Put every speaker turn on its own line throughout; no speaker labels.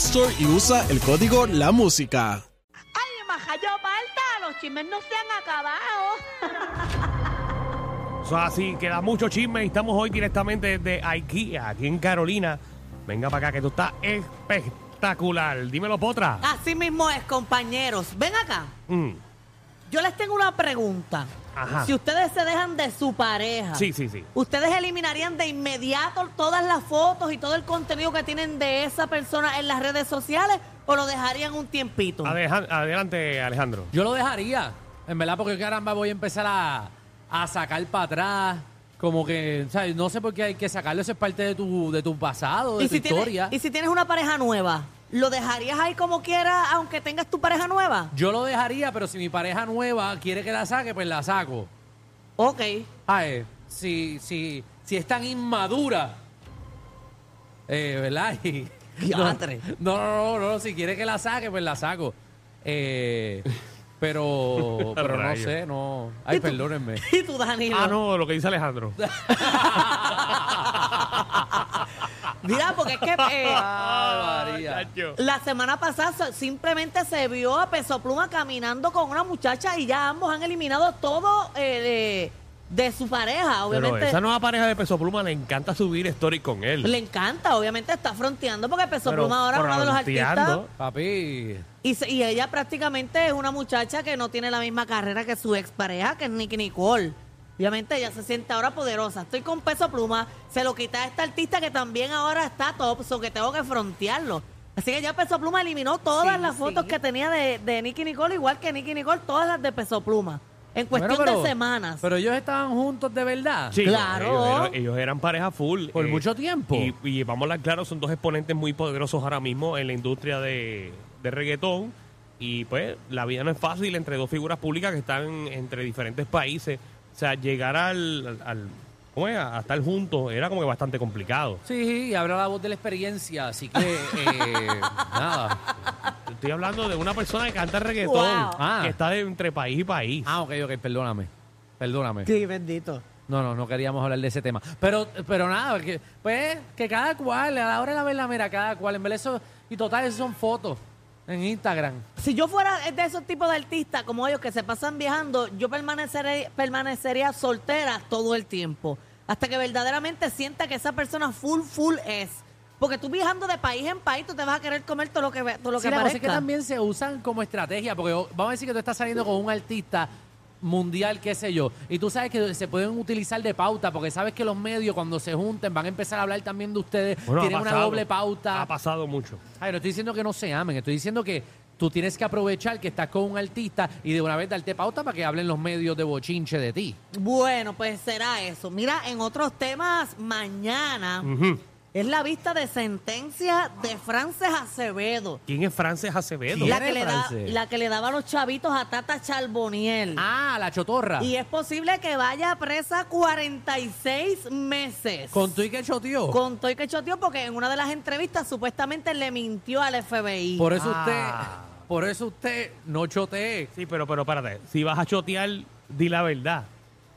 Store y usa el código La Música.
¡Ay, majayo Malta! Los chismes no se han acabado.
Eso es así, queda mucho chisme y estamos hoy directamente desde IKEA, aquí en Carolina. Venga para acá que tú estás espectacular. Dímelo, Potra.
Así mismo es, compañeros. Ven acá.
Mm,
Yo les tengo una pregunta.
Ajá.
Si ustedes se dejan de su pareja,
Sí, sí, sí.
¿ustedes eliminarían de inmediato todas las fotos y todo el contenido que tienen de esa persona en las redes sociales o lo dejarían un tiempito?
Adeja- adelante, Alejandro.
Yo lo dejaría, en verdad, porque caramba voy a empezar a, a sacar para atrás. Como que, o sea, no sé por qué hay que sacarlo, eso es parte de tu, de tu pasado, de
¿Y
tu
si, tienes,
historia.
y si tienes una pareja nueva, ¿lo dejarías ahí como quiera, aunque tengas tu pareja nueva?
Yo lo dejaría, pero si mi pareja nueva quiere que la saque, pues la saco.
Ok.
Ay, si, si, si es tan inmadura, eh, ¿verdad? Y-
Diatre.
No, no, no, no, no, si quiere que la saque, pues la saco. Eh, pero, pero no
Rayos.
sé, no. Ay, perdónenme.
¿Y tú, Danilo?
Ah, no, lo que dice Alejandro.
Mira, porque es que... eh,
Ah, María.
Chacho.
La semana pasada so- simplemente se vio a Peso Pluma caminando con una muchacha y ya ambos han eliminado todo eh, de, de su pareja.
Pero
Obviamente
esa nueva pareja de Peso Pluma le encanta subir stories con él.
le encanta, obviamente está fronteando porque Peso
Pero
Pluma ahora es uno de los artistas
fronteando.
Papi,
y, se- y ella prácticamente es una muchacha que no tiene la misma carrera que su expareja, que es Nicky Nicole. Obviamente ella se siente ahora poderosa. Estoy con Peso Pluma, se lo quita a esta artista que también ahora está top, so que tengo que frontearlo. Así que ya Peso Pluma eliminó todas
Sí,
las fotos
sí.
que tenía de, de Nicky Nicole, igual que Nicky Nicole, todas las de Peso Pluma. En cuestión
Bueno, pero-
de semanas.
Pero ellos estaban juntos de verdad.
Sí,
Claro.
Ellos, eran- ellos eran pareja full. eh,
Por mucho tiempo.
Y, y vamos a hablar claro, son dos exponentes muy poderosos ahora mismo en la industria de, de reggaetón. Y pues la vida no es fácil entre dos figuras públicas que están entre diferentes países. O sea, llegar al... al- al- ¿cómo es? A estar juntos era como que bastante complicado.
Sí, y habla la voz de la experiencia, así que eh, nada.
Estoy hablando de una persona que canta reggaetón,
Wow.
Ah.
que está de entre país y país.
Ah, ok, ok, perdóname. Perdóname.
sí, bendito.
No, no, no queríamos hablar de ese tema. Pero, pero nada, que, pues, que cada cual, a la hora de la verdad, mira, cada cual, en vez de eso, y total, eso son fotos en Instagram.
Si yo fuera de esos tipos de artistas como ellos que se pasan viajando, yo permaneceré, permanecería soltera todo el tiempo. Hasta que verdaderamente sienta que esa persona full, full es. Porque tú viajando de país en país, tú te vas a querer comer todo lo que, ve- todo lo
Sí,
que
la cosa es
aparezca.
que también se usan como estrategia, porque o- vamos a decir que tú estás saliendo con un artista mundial, qué sé yo, y tú sabes que se pueden utilizar de pauta, porque sabes que los medios cuando se junten van a empezar a hablar también de ustedes,
Bueno, ha
tienen una
pasado.
doble pauta.
Ha pasado mucho.
Ay, no estoy diciendo que no se amen, estoy diciendo que tú tienes que aprovechar que estás con un artista y de una vez darte pauta para que hablen los medios de bochinche de ti.
Bueno, pues será eso. Mira, en otros temas, mañana es la vista de sentencia de Frances Acevedo.
¿Quién es Frances Acevedo?
¿Quién
La
es
que, le da,
Frances?
la que le daba los chavitos a Tata Charboniel.
Ah, la chotorra.
Y es posible que vaya presa 46 meses.
Con tu y que choteó.
Con todo y que choteó porque en una de las entrevistas supuestamente le mintió al FBI.
Por eso
Ah.
usted, por eso usted no chotee.
Sí, pero, pero espérate. Si vas a chotear, di la verdad.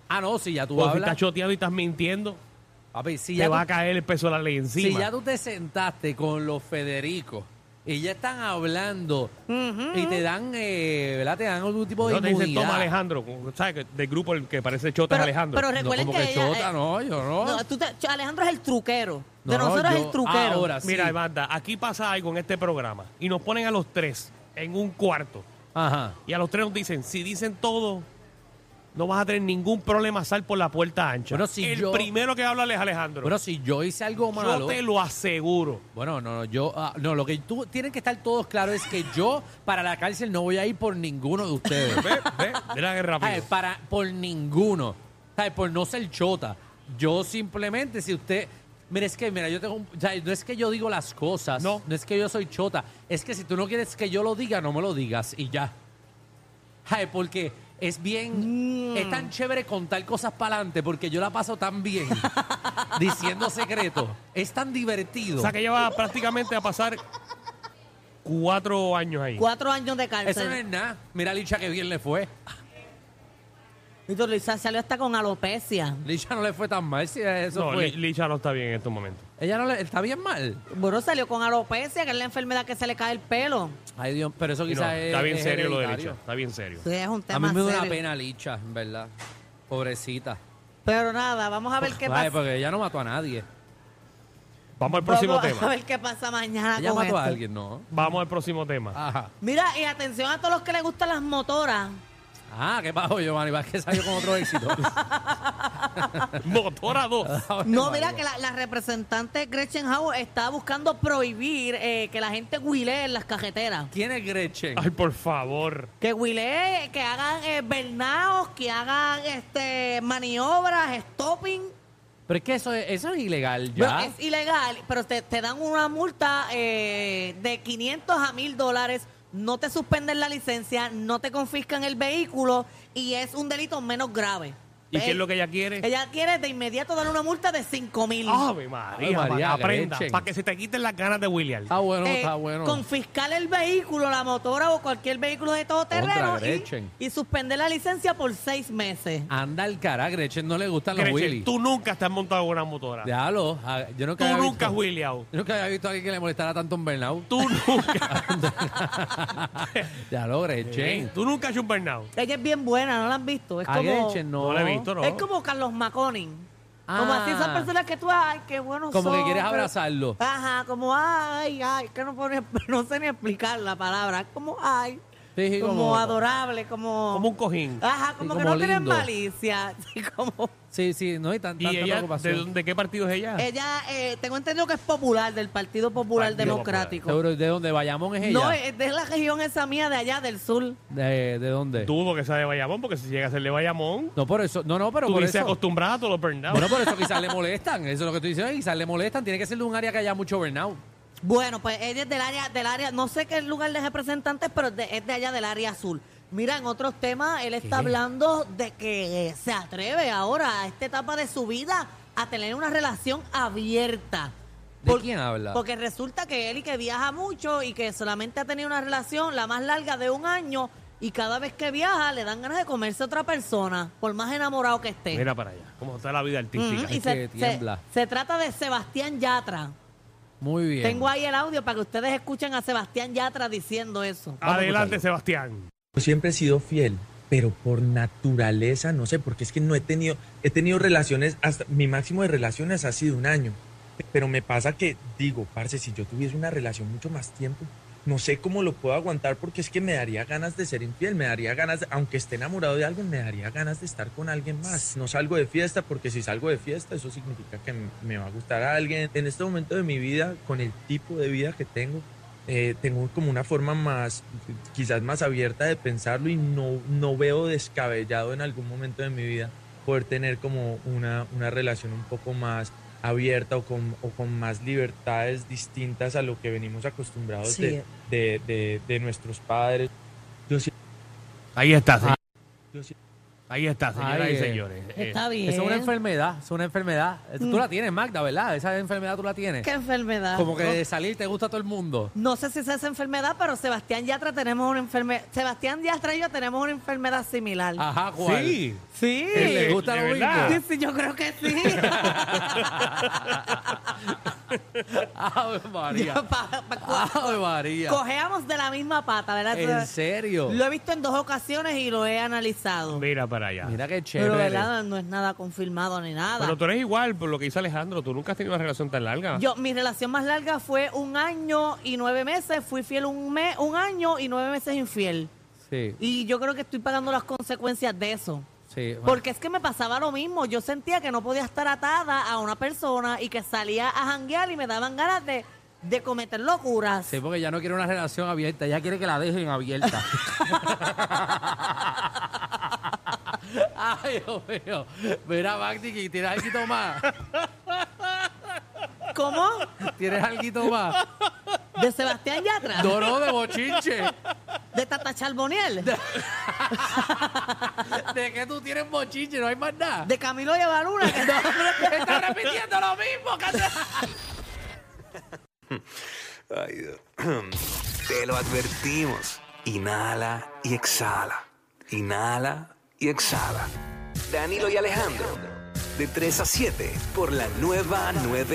Ah, no, si ya tú
O si
hablas.
estás choteando y estás mintiendo,
Papi, si
te
ya,
va a
tú,
caer el peso de la ley
si
encima.
ya tú te sentaste con los Federicos y ya están hablando y te dan, eh, ¿verdad? Te dan algún tipo de
no te dicen,
inmunidad.
toma Alejandro, ¿sabes? que Del grupo el que parece chota
Pero-
es Alejandro.
pero-
No,
Recuerden
como
que
que,
ella,
chota,
eh,
no, yo no.
No, tú te- Alejandro es el truquero. De
No,
nosotros es
yo-
el truquero.
ahora sí.
Mira, Amanda, aquí pasa algo en este programa y nos ponen a los tres en un cuarto
Ajá.
y a los tres nos dicen, si dicen todo, no vas a tener ningún problema, sal por la puerta ancha.
Bueno, si
el
yo-
primero que habla es Alejandro.
Bueno, si yo hice algo
yo
malo.
te lo aseguro.
Bueno, no, no, yo. ah, no, lo que tú. Tienen que estar todos claros es que yo para la cárcel no voy a ir por ninguno de ustedes.
Ve, ve, mira que rápido.
Ay, para, por ninguno. Ay, por no ser chota. Yo simplemente, si usted. Mira, es que, mira, yo tengo. un- ya, no es que yo digo las cosas.
No.
No es que yo soy chota. Es que si tú no quieres que yo lo diga, no me lo digas y ya. Ay, porque es
Mm.
bien. Es tan chévere contar cosas para adelante porque yo la paso tan bien diciendo secretos. Es tan divertido.
O sea que lleva prácticamente a pasar cuatro años ahí.
Cuatro años de cárcel.
Eso no es nada. Mira, Licha, que bien le fue.
Y tú, Lisa, salió hasta con alopecia.
Licha no le fue tan mal. sí, eso
No,
fue.
Li- Licha no está bien en este estos momentos.
Ella no le, está bien mal.
Bueno, salió con alopecia, que es la enfermeded que se le cae el pelo.
Ay, Dios, pero eso
Y no,
quizás es.
está bien
es
serio lo de
hereditario.
Licha. Está bien serio.
Sí, es un
A
tema
mí me da una
serio.
pena Licha, en verdad. Pobrecita.
Pero nada, vamos a ver qué
Ay, pues,
pasa.
porque ella no mató a nadie.
Vamos al próximo
Vamos A
tema.
ver qué pasa mañana.
Ella
Ah, con
mató a
esto.
alguien, ¿no?
Vamos al próximo tema.
Ajá.
Mira, y atención a todos los que les gustan las motoras.
Ah, qué bajo Giovanni Vázquez salió con otro éxito.
Motora 2.
No, mira que la, la representante Gretchen Howard está buscando prohibir eh, que la gente huile en las cajeteras.
¿Quién es Gretchen?
Ay, por favor.
Que huile, que hagan eh, bernaos, que hagan este maniobras, stopping.
Pero es que eso es, eso es ilegal
Bueno,
ya.
es ilegal, pero te, te dan una multa eh, de 500 a 1000 dólares. No te suspenden la licencia, no te confiscan el vehículo y es un delito menos grave.
¿Y qué
Eh,
es lo que ella quiere?
Ella quiere de inmediato dar una multa de 5 mil.
Ave María,
Ave María,
para que aprenda,
Gretchen.
para que se te quiten las ganas de William.
Está bueno, pues
eh,
está bueno.
Confiscar el vehículo, la motora o cualquier vehículo de todo terreno
Contra
y,
Gretchen.
y suspender la licencia por seis meses.
Anda el cara, Gretchen no le gustan los
Gretchen,
Willy.
tú nunca te has montado en una motora.
Déjalo. ah, Yo nunca
Tú
había
nunca has
visto,
William.
Yo nunca había visto a alguien que le molestara tanto un Bernau.
Tú nunca.
Déjalo, Gretchen.
Tú nunca has hecho un burnout.
Ella es bien buena, ¿no la han visto? Es
A
como,
Gretchen
No
no.
la he visto, no.
es como Carlos Maconin. Como
Ah.
así esas personas que tú, ay, qué bueno
Como que quieres abrazarlo.
Ajá, como ay, ay, que no, puedo ni- no sé ni explicar la palabra. Como ay,
Sí, sí,
como,
como-
adorable, como.
Como un cojín.
Ah,
Ajá, como,
Sí,
que
como
no tienes
lindo.
malicia. Sí, como,
Sí, sí, no hay tan,
¿Y
tanta
ella, de,
preocupación.
dónde- qué partido es ella?
ella, eh, tengo entendido que es popular, del Partido Popular
Partido
Democrático.
Seguro, ¿De dónde vayamos es ella?
No, es de la región esa mía de allá del sur.
¿De, de dónde?
Dudo que sea de Bayamón, porque si llega a ser de Bayamón,
No, por eso. No, no, pero
tú
por
dices
eso.
acostumbrada a todos los burnouts.
Bueno, por eso quizás le molestan. Eso es lo que estoy diciendo. Quizás le molestan. Tiene que ser de un área que haya mucho burnout.
Bueno, pues ella es del área, del área, no sé qué lugar de representantes, pero es de, es de allá del área azul. Mira, en otros temas, él está hablando de que eh, se atreve ahora a esta etapa de su vida a tener una relación abierta.
¿De
Por-
quién habla?
Porque resulta que él y que viaja mucho y que solamente ha tenido una relación la más larga de un año y cada vez que viaja le dan ganas de comerse a otra persona, por más enamorado que esté.
Mira para allá, cómo está la vida artística.
Ujú, y
es
se, se-
que tiembla.
se trata de Sebastián Yatra.
Muy bien.
Tengo ahí el audio para que ustedes escuchen a Sebastián Yatra diciendo eso.
Adelante, Sebastián.
Yo siempre he sido fiel, pero por naturaleza, no sé, porque es que no he tenido, he tenido relaciones, hasta mi máximo de relaciones ha sido un año, pero me pasa que digo, parce, si yo tuviese una relación mucho más tiempo, no sé cómo lo puedo aguantar porque es que me daría ganas de ser infiel, me daría ganas, de- aunque esté enamorado de alguien, me daría ganas de estar con alguien más. No salgo de fiesta porque si salgo de fiesta, eso significa que m- me va a gustar a alguien. En este momento de mi vida, con el tipo de vida que tengo, eh, tengo como una forma más, quizás más abierta de pensarlo y no, no veo descabellado en algún momento de mi vida poder tener como una, una relación un poco más abierta o con, o con más libertades distintas a lo que venimos acostumbrados
Sí.
de, de- de- de nuestros padres. Yo sí-
Ahí está, señor.
yo sí-
Ahí está, señoras
Ahí,
y
eh.
señores. Eh,
Está bien.
Eso es una enfermedad. Es una enfermedad.
Mm.
Tú la tienes, Magda, ¿verdad? Esa enfermedad tú la tienes.
¿Qué enfermedad?
Como que de salir te gusta a todo el mundo.
No sé si es esa enfermedad, pero Sebastián Yatra tenemos una enfermedad. Sebastián Yatra y yo tenemos una enfermedad similar.
Ajá, ¿cuál?
Sí.
Sí.
Que le gusta
Eh, ¿De
lo
verdad?
mismo.
Sí, sí, yo creo que sí.
Ave María.
Pa- pa- co-
Ave María.
Cojeamos de la misma pata, ¿verdad?
En serio.
Lo he visto en dos ocasiones y lo he analizado.
Mira para allá.
Mira qué chévere.
Pero, ¿verdad? No es nada confirmado ni nada.
Pero tú eres igual por lo que dice Alejandro. Tú nunca has tenido una relación tan larga.
Yo, mi relación más larga fue un año y nueve meses. Fui fiel un mes, un año y nueve meses infiel.
Sí.
Y yo creo que estoy pagando las consecuencias de eso.
Sí.
Porque es que me pasaba lo mismo. Yo sentía que no podía estar atada a una persona y que salía a janguear y me daban ganas de, de cometer locuras.
Sí, porque ya no quiere una relación abierta, ya quiere que la dejen abierta. Ay, Dios mío. Mira, Magdi, que tienes algo más.
¿Cómo?
¿Tienes algo más?
¿De Sebastián Yatra?
Doró de bochinche.
¿De Tata Charboniel?
¿De qué tú tienes bochinche? No hay más nada.
¿De Camilo Llevaluna? Que no-
Está repitiendo lo mismo, Cata-
Ay, Dios. Te lo advertimos. Inhala y exhala. Inhala y exhala. Danilo y Alejandro. De 3 a 7 por la nueva 9.